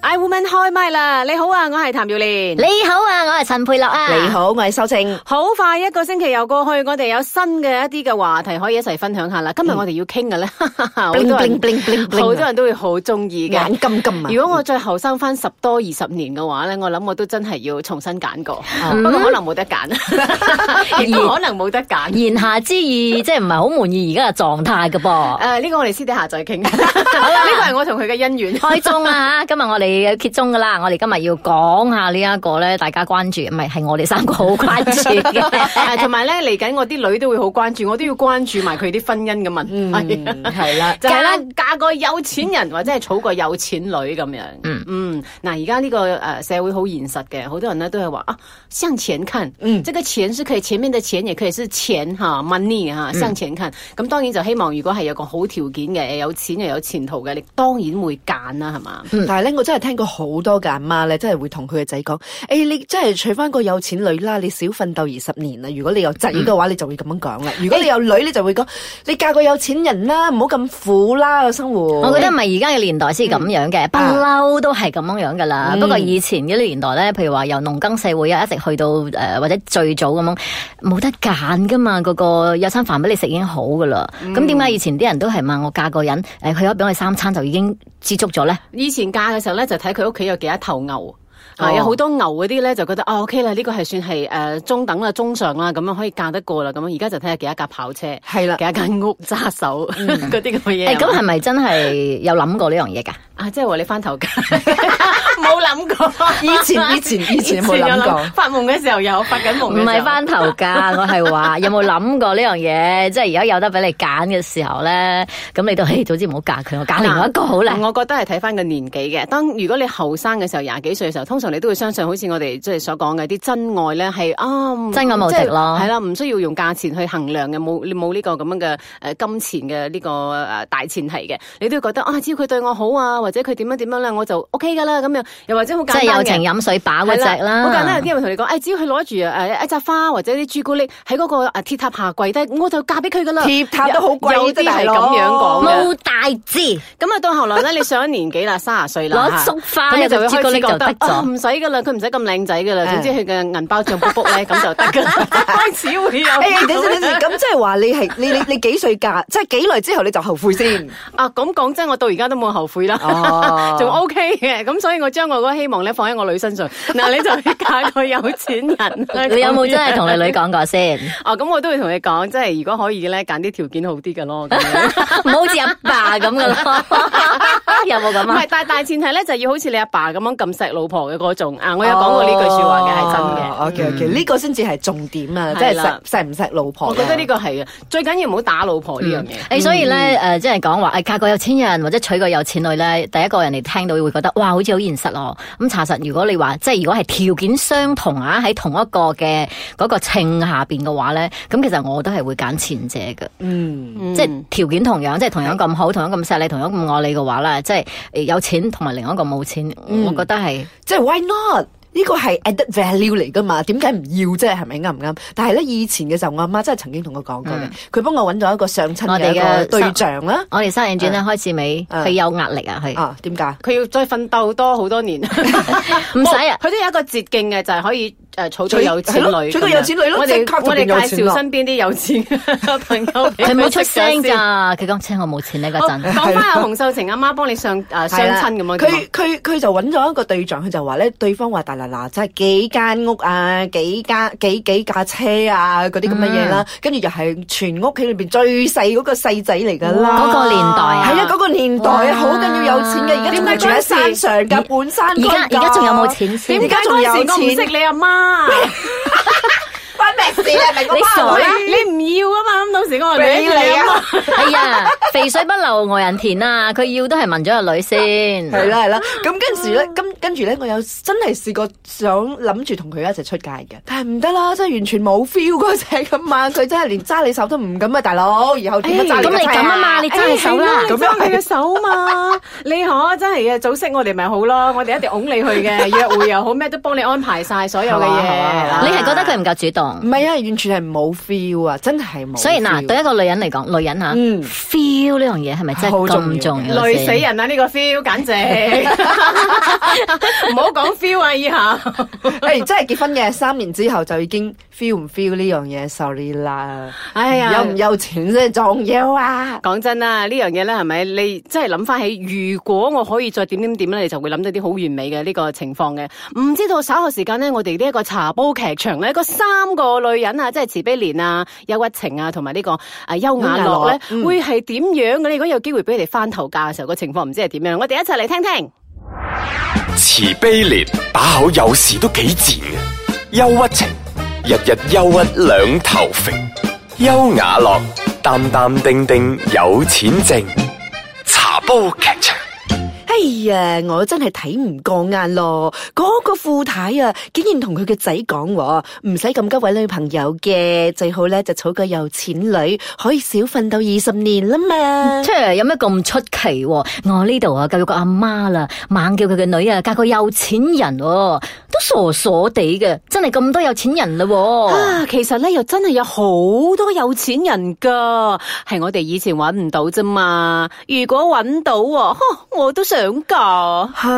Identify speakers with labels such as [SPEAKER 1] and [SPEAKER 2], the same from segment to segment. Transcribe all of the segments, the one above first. [SPEAKER 1] I Woman 開麥啦！你好啊，我係譚耀蓮。
[SPEAKER 2] 你好啊，我係陳佩樂啊。
[SPEAKER 3] 你。好，我係修正。
[SPEAKER 1] 好快一個星期又過去，我哋有新嘅一啲嘅話題可以一齊分享下啦。今
[SPEAKER 3] 嗯
[SPEAKER 1] 日我哋要傾嘅咧， 好多
[SPEAKER 3] bling
[SPEAKER 1] 人
[SPEAKER 3] bling bling bling bling
[SPEAKER 1] 好多人都會好中意嘅。
[SPEAKER 3] 啊眼金金啊！
[SPEAKER 1] 如果我再後生翻十多二十年嘅話咧，我諗我都真係要重新揀過，
[SPEAKER 3] 啊
[SPEAKER 2] 嗯
[SPEAKER 1] 不過可能冇得 揀，亦都可能冇得揀。
[SPEAKER 2] 言下之意，即係唔係好滿意而家嘅狀態嘅 噃。
[SPEAKER 1] 誒，呃呢個我哋私底下再傾。好
[SPEAKER 3] 啊
[SPEAKER 1] 啦，呢個係我同佢嘅恩怨。
[SPEAKER 2] 開鐘啦，今日我哋揭鐘噶啦，我哋今日要講下呢一個咧，大家關注，唔係係我哋三個好關注 嘅。
[SPEAKER 1] 誒啊同埋咧，嚟緊我啲女都會好關注，我都要關注埋佢啲婚姻嘅問題。
[SPEAKER 3] 係啦，
[SPEAKER 1] 就嗯係啦， 嫁個有錢人或者係娶個有錢女咁樣。
[SPEAKER 2] 嗯
[SPEAKER 1] 嗯，嗱，而家呢個誒社會好現實嘅，好多人咧都係話啊，向前看，嗯，即個錢是可以前面嘅錢，亦可以是錢嚇 money 嚇，向前看。咁當然就希望如果係有個好條件嘅，有錢又有前途嘅，你當然會揀啦，係嘛？
[SPEAKER 3] 但係咧，我真係聽過好多嘅阿媽咧，真係會同佢嘅仔講：，誒、你真係娶翻個有錢女啦，你少奮鬥二十年啦。如果你有仔嘅話，
[SPEAKER 1] 嗯
[SPEAKER 3] 你就會咁樣講啦；如果你有女，你就會講：你嫁個有錢人啦，唔好咁苦啦個生活。
[SPEAKER 2] 我覺得唔係而家嘅年代先係咁樣嘅，不嬲都係咁樣樣噶啦。
[SPEAKER 3] 嗯
[SPEAKER 2] 不過以前嗰啲年代咧，譬如話由農耕社會啊，一直去到誒、呃或者最早咁樣，冇得揀噶嘛。嗰、個有餐飯俾你食已經好噶啦。
[SPEAKER 3] 嗯
[SPEAKER 2] 咁點解以前啲人都係問我嫁個人誒，佢可以俾我三餐就已經知足咗咧？
[SPEAKER 1] 以前嫁嘅時候咧，就睇佢屋企有幾多頭牛。啊，有好多牛嗰啲咧，就覺得啊 OK 啦，呢個係算係誒、呃中等啦、中上啦，咁樣可以嫁得過啦。咁樣而家就睇下幾多架跑車，
[SPEAKER 3] 係啦
[SPEAKER 1] 幾多間屋揸手 嗰啊嗯啲咁嘅嘢。
[SPEAKER 2] 誒咁係咪真 係有諗過呢樣嘢㗎？
[SPEAKER 1] 啊，即係話你翻頭嫁， 冇諗 過。
[SPEAKER 3] 以前以前以 前有冇諗過
[SPEAKER 1] 有發夢嘅時候有，發緊夢嘅時
[SPEAKER 2] 唔
[SPEAKER 1] 候
[SPEAKER 2] 係翻頭㗎， 我係話有冇諗過呢樣嘢？即係而家有得俾你揀嘅時候咧，咁你都誒，早知唔好嫁佢，我揀另外一個好啦。
[SPEAKER 1] 我覺得係睇翻個年紀嘅。當如果你後生嘅時候，廿幾歲嘅時候，通常你都會相信好似我哋即係所講嘅啲真愛咧，係啊唔
[SPEAKER 2] 真愛無敵咯
[SPEAKER 1] 即係係啦，唔需要用價錢去衡量嘅，冇你冇呢個咁樣嘅誒金錢嘅呢個誒大前提嘅，你都會覺得啊，只要佢對我好啊，或者佢點樣點樣咧，我就 O K 㗎啦咁樣，又或者好簡單
[SPEAKER 2] 即係有
[SPEAKER 1] 嘅
[SPEAKER 2] 情飲水飽嗰
[SPEAKER 1] 係
[SPEAKER 2] 只啦。
[SPEAKER 1] 好簡單，有啲人會同你講，誒、只要佢攞住誒一扎花或者啲朱古力喺嗰個誒鐵塔下跪低，我就嫁俾佢噶啦。
[SPEAKER 3] 鐵塔都好貴
[SPEAKER 1] 啊有有啲
[SPEAKER 3] 啫大
[SPEAKER 1] 係
[SPEAKER 3] 佬
[SPEAKER 1] 咁樣講嘅。
[SPEAKER 2] 冇大志，
[SPEAKER 1] 咁啊，到後來咧，你上咗年紀啦，三十歲啦，
[SPEAKER 2] 攞束花
[SPEAKER 1] 咁你就會
[SPEAKER 2] 有隻朱
[SPEAKER 1] 開
[SPEAKER 2] 古
[SPEAKER 1] 始
[SPEAKER 2] 力
[SPEAKER 1] 覺得
[SPEAKER 2] 就得
[SPEAKER 1] 啊
[SPEAKER 2] 咗。
[SPEAKER 1] 唔使噶啦，佢唔使咁靚仔噶啦，總之佢嘅銀包漲卜卜咧，咁就得噶啦。 哎開始會 有。
[SPEAKER 3] 誒、哎等陣等陣，咁即係話你係你你你幾歲嫁？即係幾耐之後你就後悔先？
[SPEAKER 1] 啊，咁講真，我到而家都冇後悔啦
[SPEAKER 3] 哦，
[SPEAKER 1] 仲 OK 嘅。咁所以我將我嗰個希望咧放喺我女身上。 嗱，你就嫁個有錢人 啦。
[SPEAKER 2] 你有冇真係
[SPEAKER 1] 咁樣
[SPEAKER 2] 同你女講過先？
[SPEAKER 1] 哦，咁我都會同你講，即係如果可以咧，揀啲條件好啲嘅咯。咁樣
[SPEAKER 2] 唔好好似阿爸咁噶咯， 有冇咁
[SPEAKER 1] 唔
[SPEAKER 2] 啊
[SPEAKER 1] 係，？但係大前提咧，就要好似你阿爸咁樣咁錫老婆嘅嗰種啊！我有講過呢句説話嘅，係真嘅。嗯
[SPEAKER 3] 真嘅。OK OK，呢個先至係重點啊！即
[SPEAKER 1] 係
[SPEAKER 3] 係
[SPEAKER 1] 啦
[SPEAKER 3] 錫錫唔錫老婆啊。
[SPEAKER 1] 我覺得呢個係啊，最緊要唔好打老婆呢樣嘢。
[SPEAKER 2] 誒，所以咧，誒，即係講話，誒，嫁個有錢人或者娶個有錢女咧，第一個人哋聽到會覺得，哇，好似好現實咯。咁查實，如果你話，即係如果係條件相同啊，喺同一個嘅嗰個稱下邊嘅話咧，咁其實我都係會揀前者嘅。
[SPEAKER 3] 嗯，
[SPEAKER 1] 嗯
[SPEAKER 2] 即係條件同樣，即係同樣咁好，同樣咁錫你，同樣咁愛你嘅話啦，即係誒有錢同埋另外一個冇錢，
[SPEAKER 1] 嗯
[SPEAKER 2] 我覺得係
[SPEAKER 3] 即係 why not？呢個係 added value 嚟噶嘛？點解唔要啫？係咪啱唔啱？但係咧，以前嘅時候，我阿媽真係曾經同我講過
[SPEAKER 1] 嗯
[SPEAKER 3] 嘅，佢幫我揾咗一個相親
[SPEAKER 2] 我哋
[SPEAKER 3] 嘅一
[SPEAKER 2] 嘅
[SPEAKER 3] 個對象啦。
[SPEAKER 2] 我哋三人轉咧開始尾，
[SPEAKER 3] 嗯
[SPEAKER 2] 佢有壓力啊，
[SPEAKER 1] 哦
[SPEAKER 2] 係
[SPEAKER 3] 啊，點解？
[SPEAKER 1] 佢要再奮鬥多好多年，唔
[SPEAKER 2] 唔使啊。
[SPEAKER 1] 佢都有一個捷徑嘅，就係可以誒儲到
[SPEAKER 3] 娶
[SPEAKER 1] 有錢
[SPEAKER 3] 係咯
[SPEAKER 1] 女。
[SPEAKER 3] 娶到有錢女咯
[SPEAKER 1] 我
[SPEAKER 3] 即
[SPEAKER 1] 哋
[SPEAKER 3] 刻就
[SPEAKER 1] 我哋
[SPEAKER 3] 變有
[SPEAKER 1] 介
[SPEAKER 3] 錢
[SPEAKER 1] 紹
[SPEAKER 3] 啦
[SPEAKER 1] 身邊啲有錢嘅朋友俾
[SPEAKER 2] 佢冇 出
[SPEAKER 1] 識咗
[SPEAKER 2] 聲
[SPEAKER 1] 先。哦
[SPEAKER 2] 咋，佢講親我冇錢呢嗰
[SPEAKER 1] 好
[SPEAKER 2] 陣。
[SPEAKER 1] 講翻阿洪秀晴阿媽幫你上誒相
[SPEAKER 3] 係啦
[SPEAKER 1] 親咁樣。
[SPEAKER 3] 佢佢佢就揾咗一個對象，佢就話咧，對方話大嗱嗱，即係幾間屋啊，幾間幾幾架車啊，嗰啲咁嘅嘢啦，
[SPEAKER 1] 嗯
[SPEAKER 3] 跟住又係全屋企裏邊最細嗰個細仔嚟㗎啦。
[SPEAKER 2] 嗰個年代啊
[SPEAKER 3] 係啊，嗰個年代
[SPEAKER 2] 哇
[SPEAKER 3] 好緊要有錢嘅，而家仲係住喺山上㗎，半山
[SPEAKER 2] 而家
[SPEAKER 3] 區㗎
[SPEAKER 2] 而家仲有冇錢先？
[SPEAKER 3] 點
[SPEAKER 1] 點
[SPEAKER 3] 解
[SPEAKER 1] 解
[SPEAKER 3] 仲
[SPEAKER 1] 嗰
[SPEAKER 3] 有
[SPEAKER 1] 時我唔
[SPEAKER 3] 錢
[SPEAKER 1] 識你阿媽？
[SPEAKER 3] 關咩事啊？咪個
[SPEAKER 2] 你傻
[SPEAKER 3] 媽
[SPEAKER 2] 啦
[SPEAKER 3] 咪
[SPEAKER 1] 你唔要啊嘛，咁到時 嗰個
[SPEAKER 3] 俾你啊！
[SPEAKER 2] 哎呀，肥水不流外人田啊！佢要都係問咗個女先。
[SPEAKER 3] 係啦係啦，咁跟住咧，咁跟住咧，我有真係試過想諗住同佢一齊出街嘅，但係唔得啦，真係完全冇 feel 嗰隻咁嘛，佢真係連揸你手都唔敢啊，大佬，以後點樣揸
[SPEAKER 2] 咁你
[SPEAKER 3] 你
[SPEAKER 2] 咁啊嘛，你
[SPEAKER 1] 你
[SPEAKER 2] 真係手啦。
[SPEAKER 1] 咁樣佢嘅手嘛，啊你可真係嘅，早識我哋咪好咯，我哋一定拱你去嘅，約會又好，咩都幫你安排晒所有嘅嘢
[SPEAKER 3] 係嘛係嘛係嘛。
[SPEAKER 2] 你係覺得佢唔夠主
[SPEAKER 3] 唔
[SPEAKER 2] 動？
[SPEAKER 3] 係係啊，完全係冇 feel 啊，真係冇 feel。
[SPEAKER 2] 所以嗱，對一個女人嚟講，女人吓
[SPEAKER 3] 嗯
[SPEAKER 2] feel 呢樣嘢係咪真係
[SPEAKER 3] 好重
[SPEAKER 2] 咁
[SPEAKER 3] 要
[SPEAKER 2] 重要？
[SPEAKER 1] 累死！人啊啦！呢個 feel 簡直， 唔好講 feel 啊！以後
[SPEAKER 3] 誒，真係結婚嘅三年之後就已經 feel 唔 feel 呢樣嘢，sorry 啦。
[SPEAKER 1] 哎呀
[SPEAKER 3] 有唔有錢先重要啊？
[SPEAKER 1] 講真啦，呢樣嘢咧係咪？你真係諗翻起，如果我可以再點點點咧，你就會諗到啲好完美嘅呢個情況嘅。唔知道稍後時間呢，我哋呢一個茶煲劇場咧，嗰三個女人啊，即係慈悲蓮啊、憂鬱情啊，同埋呢個啊優雅樂咧，
[SPEAKER 3] 嗯
[SPEAKER 1] 會係點樣嘅呢？如果有機會俾佢哋翻頭嫁嘅時候，個情況唔知係點樣，我哋一齊嚟聽聽。
[SPEAKER 4] 慈悲莲把口有時都幾賤嘅，憂鬱情日日憂鬱兩頭肥，優雅樂淡淡定定有錢剩，茶煲劇場。
[SPEAKER 3] 哎呀，我真係睇唔過眼咯！嗰、個富太啊，竟然同佢嘅仔講喎，唔使咁急揾女朋友嘅，最好咧就儲個有錢女，可以少奮鬥二十年啦 嘛。
[SPEAKER 2] 即係有咩咁出奇喎？我呢度啊，教育個阿媽啦，猛叫佢嘅女啊嫁個有錢人、喎，都傻傻地嘅，真係咁多有錢人嘞喎。
[SPEAKER 1] 啊，其實咧又真係有好多有錢人噶，係我哋以前揾唔到啫嘛。如果揾到喎，呵我都想噶。
[SPEAKER 3] 吓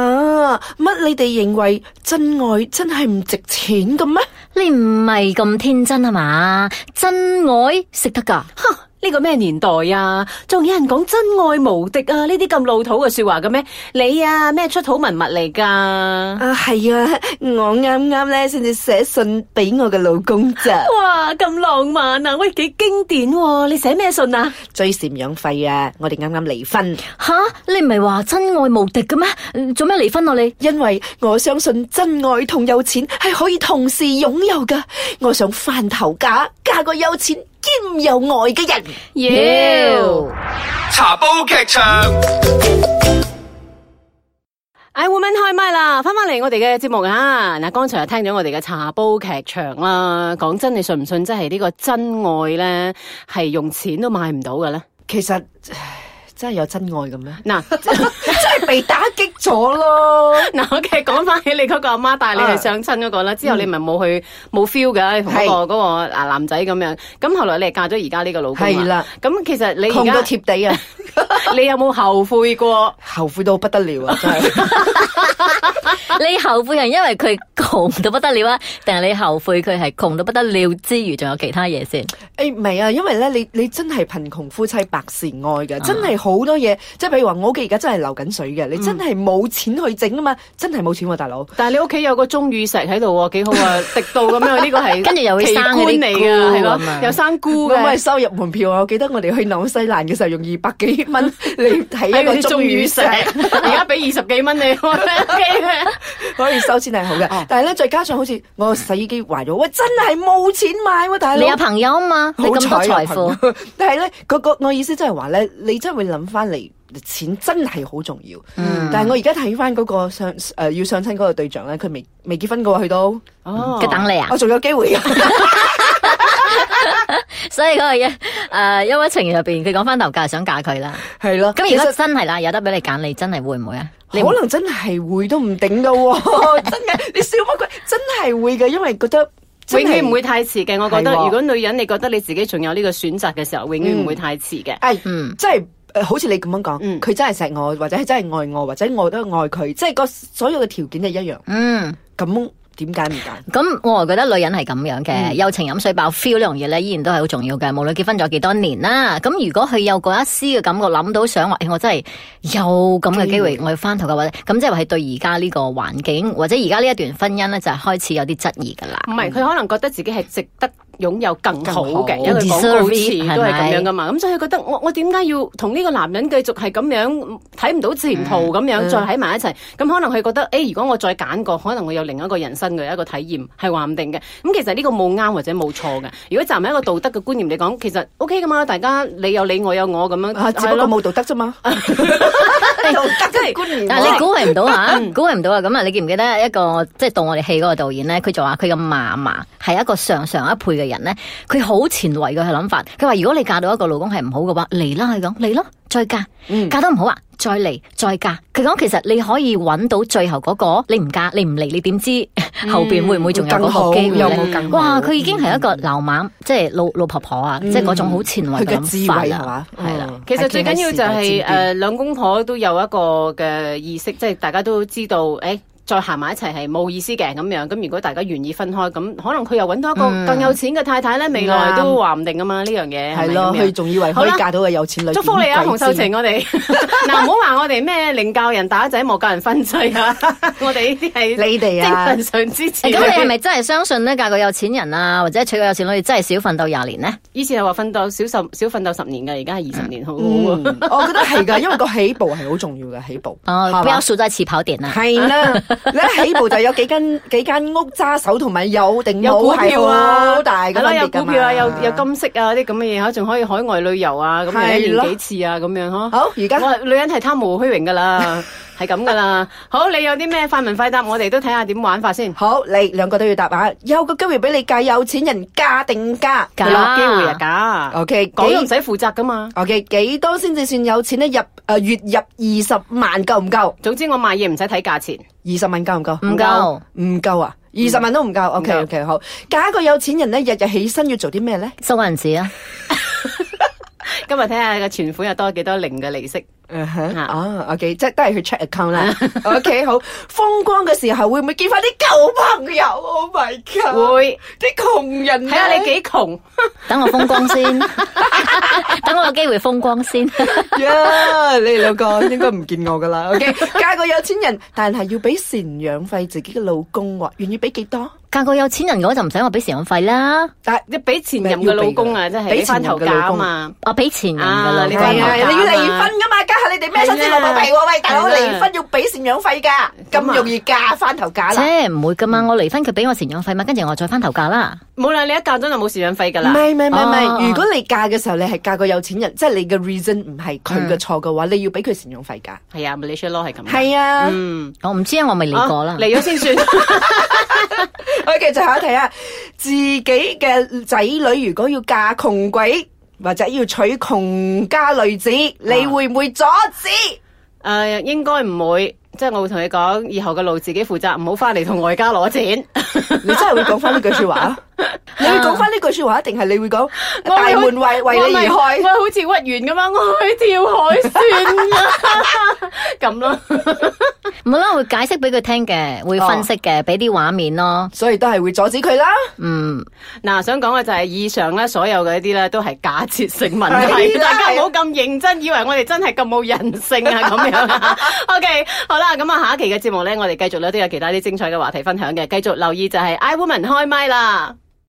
[SPEAKER 3] 乜、你哋認為真愛真係唔值錢嘅咩？
[SPEAKER 2] 你唔係咁天真啊嘛？真愛食得㗎，
[SPEAKER 1] 哼，呢個咩年代啊？仲有人講真愛無敵啊？呢啲咁老土嘅说話嘅咩？你啊咩出土文物嚟㗎？
[SPEAKER 3] 啊，係啊，我啱啱咧先至寫信俾我嘅老公咋。
[SPEAKER 1] 哇，咁浪漫啊！喂，幾經典喎、你寫咩信啊？
[SPEAKER 3] 追赡養費啊，我哋啱啱離婚，
[SPEAKER 2] 吓你唔係話真愛無敵嘅咩？做咩離婚啊你？
[SPEAKER 3] 因為我相信真愛同有錢係可以同時擁有噶。我想翻頭嫁，嫁個有錢兼有愛嘅人。
[SPEAKER 4] 茶煲劇場。
[SPEAKER 1] I 哎 woman 開麥啦，翻翻嚟我哋嘅節目啊！嗱，剛才又聽咗我哋嘅茶煲劇場啦。講真，你信唔信？真係呢個真愛咧，係用錢都買唔到嘅咧。
[SPEAKER 3] 其實唉真係有真愛嘅咩？
[SPEAKER 1] 嗱
[SPEAKER 3] 真係被打擊咗 咯。
[SPEAKER 1] 嗱，OK，講翻起你嗰個阿媽帶你
[SPEAKER 2] 啊
[SPEAKER 1] 去相親嗰個啦，
[SPEAKER 2] 嗯
[SPEAKER 1] 之後你咪冇去冇 feel 嘅，你同嗰個嗰個啊男仔咁樣。咁後來你係嫁咗而家呢個老公啊
[SPEAKER 3] 係啦。
[SPEAKER 1] 咁其實你
[SPEAKER 3] 窮到
[SPEAKER 1] 而
[SPEAKER 3] 貼地啊！
[SPEAKER 1] 家 你有冇後悔過？
[SPEAKER 3] 後悔到不得了啊！真 係
[SPEAKER 2] 你後悔係因為佢窮到不得了啊，定係你後悔佢係窮到不得了之餘，仲有其他嘢先？
[SPEAKER 3] 誒唔係啊，因為咧，你你真係貧窮夫妻百事哀嘅，真係好多嘢，即係譬如話我屋企而家真係流緊水嘅，你真係冇錢去整啊嘛，真係冇錢喎、大佬。
[SPEAKER 1] 但係你屋企有個鐘乳石喺度喎，幾好 啊！滴到咁樣，呢個係
[SPEAKER 2] 跟住又會
[SPEAKER 1] 奇
[SPEAKER 2] 生嗰啲
[SPEAKER 1] 觀嚟㗎，
[SPEAKER 2] 菇
[SPEAKER 1] 係
[SPEAKER 2] 咁啊
[SPEAKER 1] 咯，有生菇
[SPEAKER 3] 咁
[SPEAKER 1] 嘅
[SPEAKER 3] 咪。收入門票啊！我記得我哋去紐西蘭嘅時候用二百幾 蚊你
[SPEAKER 2] 啊
[SPEAKER 3] 睇一個鐘乳石，
[SPEAKER 1] 而家俾二十幾蚊 你， 我覺得 OK 嘅。
[SPEAKER 3] 可以收錢係好
[SPEAKER 2] 哦
[SPEAKER 3] 嘅。但係咧，再加上好似我個洗衣機壞咗，喂，真係冇錢買喎，大
[SPEAKER 2] 你有
[SPEAKER 3] 佬。
[SPEAKER 2] 朋友啊嘛，你
[SPEAKER 3] 好
[SPEAKER 2] 咁多
[SPEAKER 3] 彩
[SPEAKER 2] 財
[SPEAKER 3] 有
[SPEAKER 2] 富
[SPEAKER 3] 朋。友，但係咧，個個我意思即係話咧，你真係會諗翻嚟。錢真係好重要，
[SPEAKER 2] 嗯
[SPEAKER 3] 但係我而家睇翻嗰個相誒、呃要相親嗰個對象咧，佢未未結婚嘅喎，去到
[SPEAKER 1] 哦
[SPEAKER 2] 佢等你啊
[SPEAKER 3] 我，仲有機會 嘅，
[SPEAKER 2] 所以嗰個嘢诶，因為情緣入边，佢講翻頭嫁想嫁佢啦。
[SPEAKER 3] 係咯。
[SPEAKER 2] 咁
[SPEAKER 3] 其
[SPEAKER 2] 如果
[SPEAKER 3] 實
[SPEAKER 2] 真係啦，有得俾你揀，你真係會唔會啊？你
[SPEAKER 3] 可能真係會都唔頂 噶喎，真嘅，你笑乜鬼？真係會嘅，因為覺得真
[SPEAKER 1] 永
[SPEAKER 3] 係
[SPEAKER 1] 遠唔會太遲嘅，我覺得。
[SPEAKER 3] 係喎
[SPEAKER 1] 如果女人你覺得你自己仲有呢個選擇嘅時候，永遠唔會太遲嘅。
[SPEAKER 3] 哎，
[SPEAKER 2] 嗯
[SPEAKER 3] 即係呃好似你咁樣講，
[SPEAKER 1] 嗯
[SPEAKER 3] 佢真係錫我，或者係真係愛我，或者我都愛佢，即係個所有嘅條件係一樣。
[SPEAKER 2] 嗯，
[SPEAKER 3] 咁點解唔揀？
[SPEAKER 2] 咁我覺得女人係咁樣嘅，友情飲水飽 feel 呢樣嘢咧，依然都係好重要嘅。無論結婚咗幾多年啦，咁如果佢有嗰一絲嘅感覺，諗到想話，哎誒我真係有咁嘅機會，我要翻頭嘅話咧，咁即係話係對而家呢個環境或者而家呢一段婚姻咧，就係開始有啲質疑噶啦。
[SPEAKER 1] 唔係，佢可能覺得自己係值得擁有更好嘅，
[SPEAKER 3] 嗯更好
[SPEAKER 1] 因為廣告
[SPEAKER 2] Deserve it，
[SPEAKER 1] 詞都係
[SPEAKER 2] 係咪
[SPEAKER 1] 咁樣噶嘛。咁所以佢覺得我我點解要同呢個男人繼續係咁樣睇唔到前
[SPEAKER 3] 嗯
[SPEAKER 1] 途咁樣再喺埋一齊？咁可能佢覺得，誒，如果我再揀過，可能我有另一個人生嘅一個體驗，係話唔定嘅。咁其實呢個冇啱或者冇錯嘅。如果站喺一個道德嘅觀念嚟講，其實 OK 噶嘛，大家你有你，我有我咁樣，
[SPEAKER 3] 啊，只
[SPEAKER 1] 係
[SPEAKER 3] 不過
[SPEAKER 1] 咯
[SPEAKER 3] 冇道德 啫嘛，道
[SPEAKER 1] 係
[SPEAKER 3] 德嘅觀念。
[SPEAKER 2] 但係你估係唔到 啊，
[SPEAKER 3] 嗯
[SPEAKER 2] 估係唔到啊！咁啊，你記唔記得一個即係導我哋戲嗰個導演咧？佢就話佢嘅嫲嫲係一個上上一輩嘅人咧，佢好前
[SPEAKER 3] 嗯
[SPEAKER 2] 衞嘅佢諗法。佢話如果你嫁到一個老公係唔好嘅話，離啦佢講，離咯，再嫁，嫁得唔好啊，再嚟再嫁。佢講其實你可以揾到最後嗰、個，你唔嫁你唔嚟，你點知後边會唔會仲有
[SPEAKER 3] 嗯更
[SPEAKER 2] 嗰
[SPEAKER 3] 好
[SPEAKER 2] 個機會
[SPEAKER 3] 有
[SPEAKER 2] 呢？
[SPEAKER 3] 冇更好嗯
[SPEAKER 2] 哇！佢已經係一個流猛，即係老老婆婆啊，即係嗰種好前
[SPEAKER 3] 佢
[SPEAKER 2] 衛嘅
[SPEAKER 3] 嘅
[SPEAKER 2] 諗
[SPEAKER 3] 智
[SPEAKER 2] 法
[SPEAKER 3] 慧係
[SPEAKER 2] 啊
[SPEAKER 3] 嘛，
[SPEAKER 2] 係啦。
[SPEAKER 1] 其實最緊要就係誒兩公婆都有一個嘅意識，即係大家都知道，誒、再行埋一齊係冇意思嘅咁樣。咁如果大家願意分開，咁可能佢又揾到一個更有錢嘅太太咧，未來都話唔定噶嘛呢樣嘢。係
[SPEAKER 3] 係
[SPEAKER 1] 咪
[SPEAKER 3] 咯，
[SPEAKER 1] 咁樣
[SPEAKER 3] 佢仲以為
[SPEAKER 1] 好
[SPEAKER 3] 可以
[SPEAKER 1] 啦
[SPEAKER 3] 嫁到個有錢女，
[SPEAKER 1] 祝福你啊，
[SPEAKER 3] 點
[SPEAKER 1] 洪
[SPEAKER 3] 鬼知
[SPEAKER 1] 秀晴！ 我哋嗱，唔好話我哋咩寧教人打仔，莫教人分妻 啊！我哋呢啲係
[SPEAKER 3] 你哋
[SPEAKER 1] 精
[SPEAKER 3] 啊
[SPEAKER 1] 神，上支持。
[SPEAKER 2] 誒咁你係咪真係相信呢？嫁個有錢人啊，或者娶個有錢女，真係少奮鬥廿年呢？
[SPEAKER 1] 以前係話奮鬥少十少奮鬥十年嘅，而家係二十年，好好啊
[SPEAKER 3] 嗯，我覺得係㗎，因為個起步係好重要嘅起步，係
[SPEAKER 2] 哦，
[SPEAKER 3] 嘛
[SPEAKER 2] 不要輸在起跑點啊！
[SPEAKER 3] 係 啦，你一起步就有幾間 幾間屋揸手，同埋有定
[SPEAKER 1] 有股
[SPEAKER 3] 冇係
[SPEAKER 1] 票啊，
[SPEAKER 3] 好大
[SPEAKER 1] 係
[SPEAKER 3] 嘅分
[SPEAKER 1] 咯，有
[SPEAKER 3] 別㗎
[SPEAKER 1] 股
[SPEAKER 3] 嘛
[SPEAKER 1] 票啊，有有金色啊啲咁嘅嘢，仲可以海外旅遊啊，咁樣一
[SPEAKER 3] 係咯
[SPEAKER 1] 年幾次啊，咁樣嗬。
[SPEAKER 3] 好，而家
[SPEAKER 1] 我女人係貪慕虛榮 噶啦，係咁噶啦。好，你有啲咩快問快答，我哋都睇下點玩法先。
[SPEAKER 3] 好，你兩個都要答下，有個機會俾你嫁有錢人嫁定嫁
[SPEAKER 2] 嫁
[SPEAKER 1] 佢落機會啊，假
[SPEAKER 3] o K，
[SPEAKER 1] 講都唔
[SPEAKER 3] 幾
[SPEAKER 1] 使負責噶嘛。
[SPEAKER 3] O K，幾多先至算有錢咧？入诶、呃月入二十萬夠唔夠？
[SPEAKER 1] 總之我賣嘢唔使睇價錢，
[SPEAKER 3] 二十萬夠唔夠？
[SPEAKER 2] 唔夠，
[SPEAKER 3] 唔夠啊！二十萬都唔夠。O K O K，好。嫁一個有錢人咧，日日起身要做啲咩咧？
[SPEAKER 2] 收銀紙啊！
[SPEAKER 1] 今日睇下個存款有多幾多零嘅利息。
[SPEAKER 3] 嗯哼
[SPEAKER 1] 啊
[SPEAKER 3] 哦，O K，即係都係去 check account 啦。O K，好。風光嘅時候會唔會見翻啲舊朋友？Oh my god！
[SPEAKER 1] 會
[SPEAKER 3] 啲窮人啊
[SPEAKER 1] 睇下你幾窮，
[SPEAKER 2] 等我風光先，等我有機會風光先。
[SPEAKER 3] 呀！你哋兩個 應該唔見我噶啦。O K，嫁個有錢人，但係要俾赡養費自己嘅老公喎，願意俾幾多？啊
[SPEAKER 2] 嫁個有錢人嗰就唔使我俾赡養費啦，
[SPEAKER 3] 但
[SPEAKER 1] 你俾前任嘅老公啊，真係俾翻頭價啊嘛。
[SPEAKER 2] 我俾前人㗎
[SPEAKER 1] 啊
[SPEAKER 2] 啦。
[SPEAKER 1] 你
[SPEAKER 3] 係啊，你要離婚噶嘛？家下你哋咩新鮮蘿蔔皮喎？喂，大佬
[SPEAKER 1] 啊係啦啊
[SPEAKER 3] 離婚要俾赡養費㗎，咁容易嫁翻頭嫁啦？
[SPEAKER 2] 即唔會噶嘛，我離婚佢俾我赡養費嘛，跟住我再翻頭嫁啦。
[SPEAKER 1] 冇啦，你一嫁咗就冇赡養費㗎
[SPEAKER 3] 唔
[SPEAKER 1] 啦。
[SPEAKER 3] 係唔係唔係唔係，
[SPEAKER 2] 哦
[SPEAKER 3] 如果你嫁嘅時候你係嫁個有錢人，即係你嘅 reason 唔係佢嘅錯嘅話，你要俾佢赡養費㗎。
[SPEAKER 1] 係啊，Malaysia law 嗯係咁。
[SPEAKER 3] 係啊
[SPEAKER 1] 嗯，
[SPEAKER 2] 我唔知啊，我未嚟過啦
[SPEAKER 1] 啊。嚟咗先算。
[SPEAKER 3] ，OK，最後一題啊，自己嘅仔女如果要嫁窮鬼或者要娶窮家女子，
[SPEAKER 1] 啊
[SPEAKER 3] 你會唔會阻 止？
[SPEAKER 1] 誒、應該唔會，即係我會同你講，以後嘅路自己負責，唔好翻嚟同外家攞錢。
[SPEAKER 3] 你真係會講翻呢句説話？你會講翻呢句説話，定係你會講
[SPEAKER 1] 我
[SPEAKER 3] 大
[SPEAKER 1] 會好
[SPEAKER 3] 門為為你而
[SPEAKER 1] 我咪
[SPEAKER 3] 開
[SPEAKER 1] 我？好似屈原咁樣，我去跳海啊算啦， 咁咯。
[SPEAKER 2] 唔好啦，會解釋俾佢聽嘅，會分析嘅，俾啲畫面咯。
[SPEAKER 3] 所以都係會阻止佢啦。
[SPEAKER 2] 嗯，
[SPEAKER 1] 嗱，想講嘅就係以上咧，所有嘅一啲咧都係假設性問 題，
[SPEAKER 3] 係啦
[SPEAKER 1] 大家唔好咁認真，以為我哋真係咁冇人性啊咁樣。OK，好 啦，咁啊，下一期嘅節目咧，我哋繼續咧都有其他啲精彩嘅話題分享嘅，繼續留意就係 I Woman 開麥啦。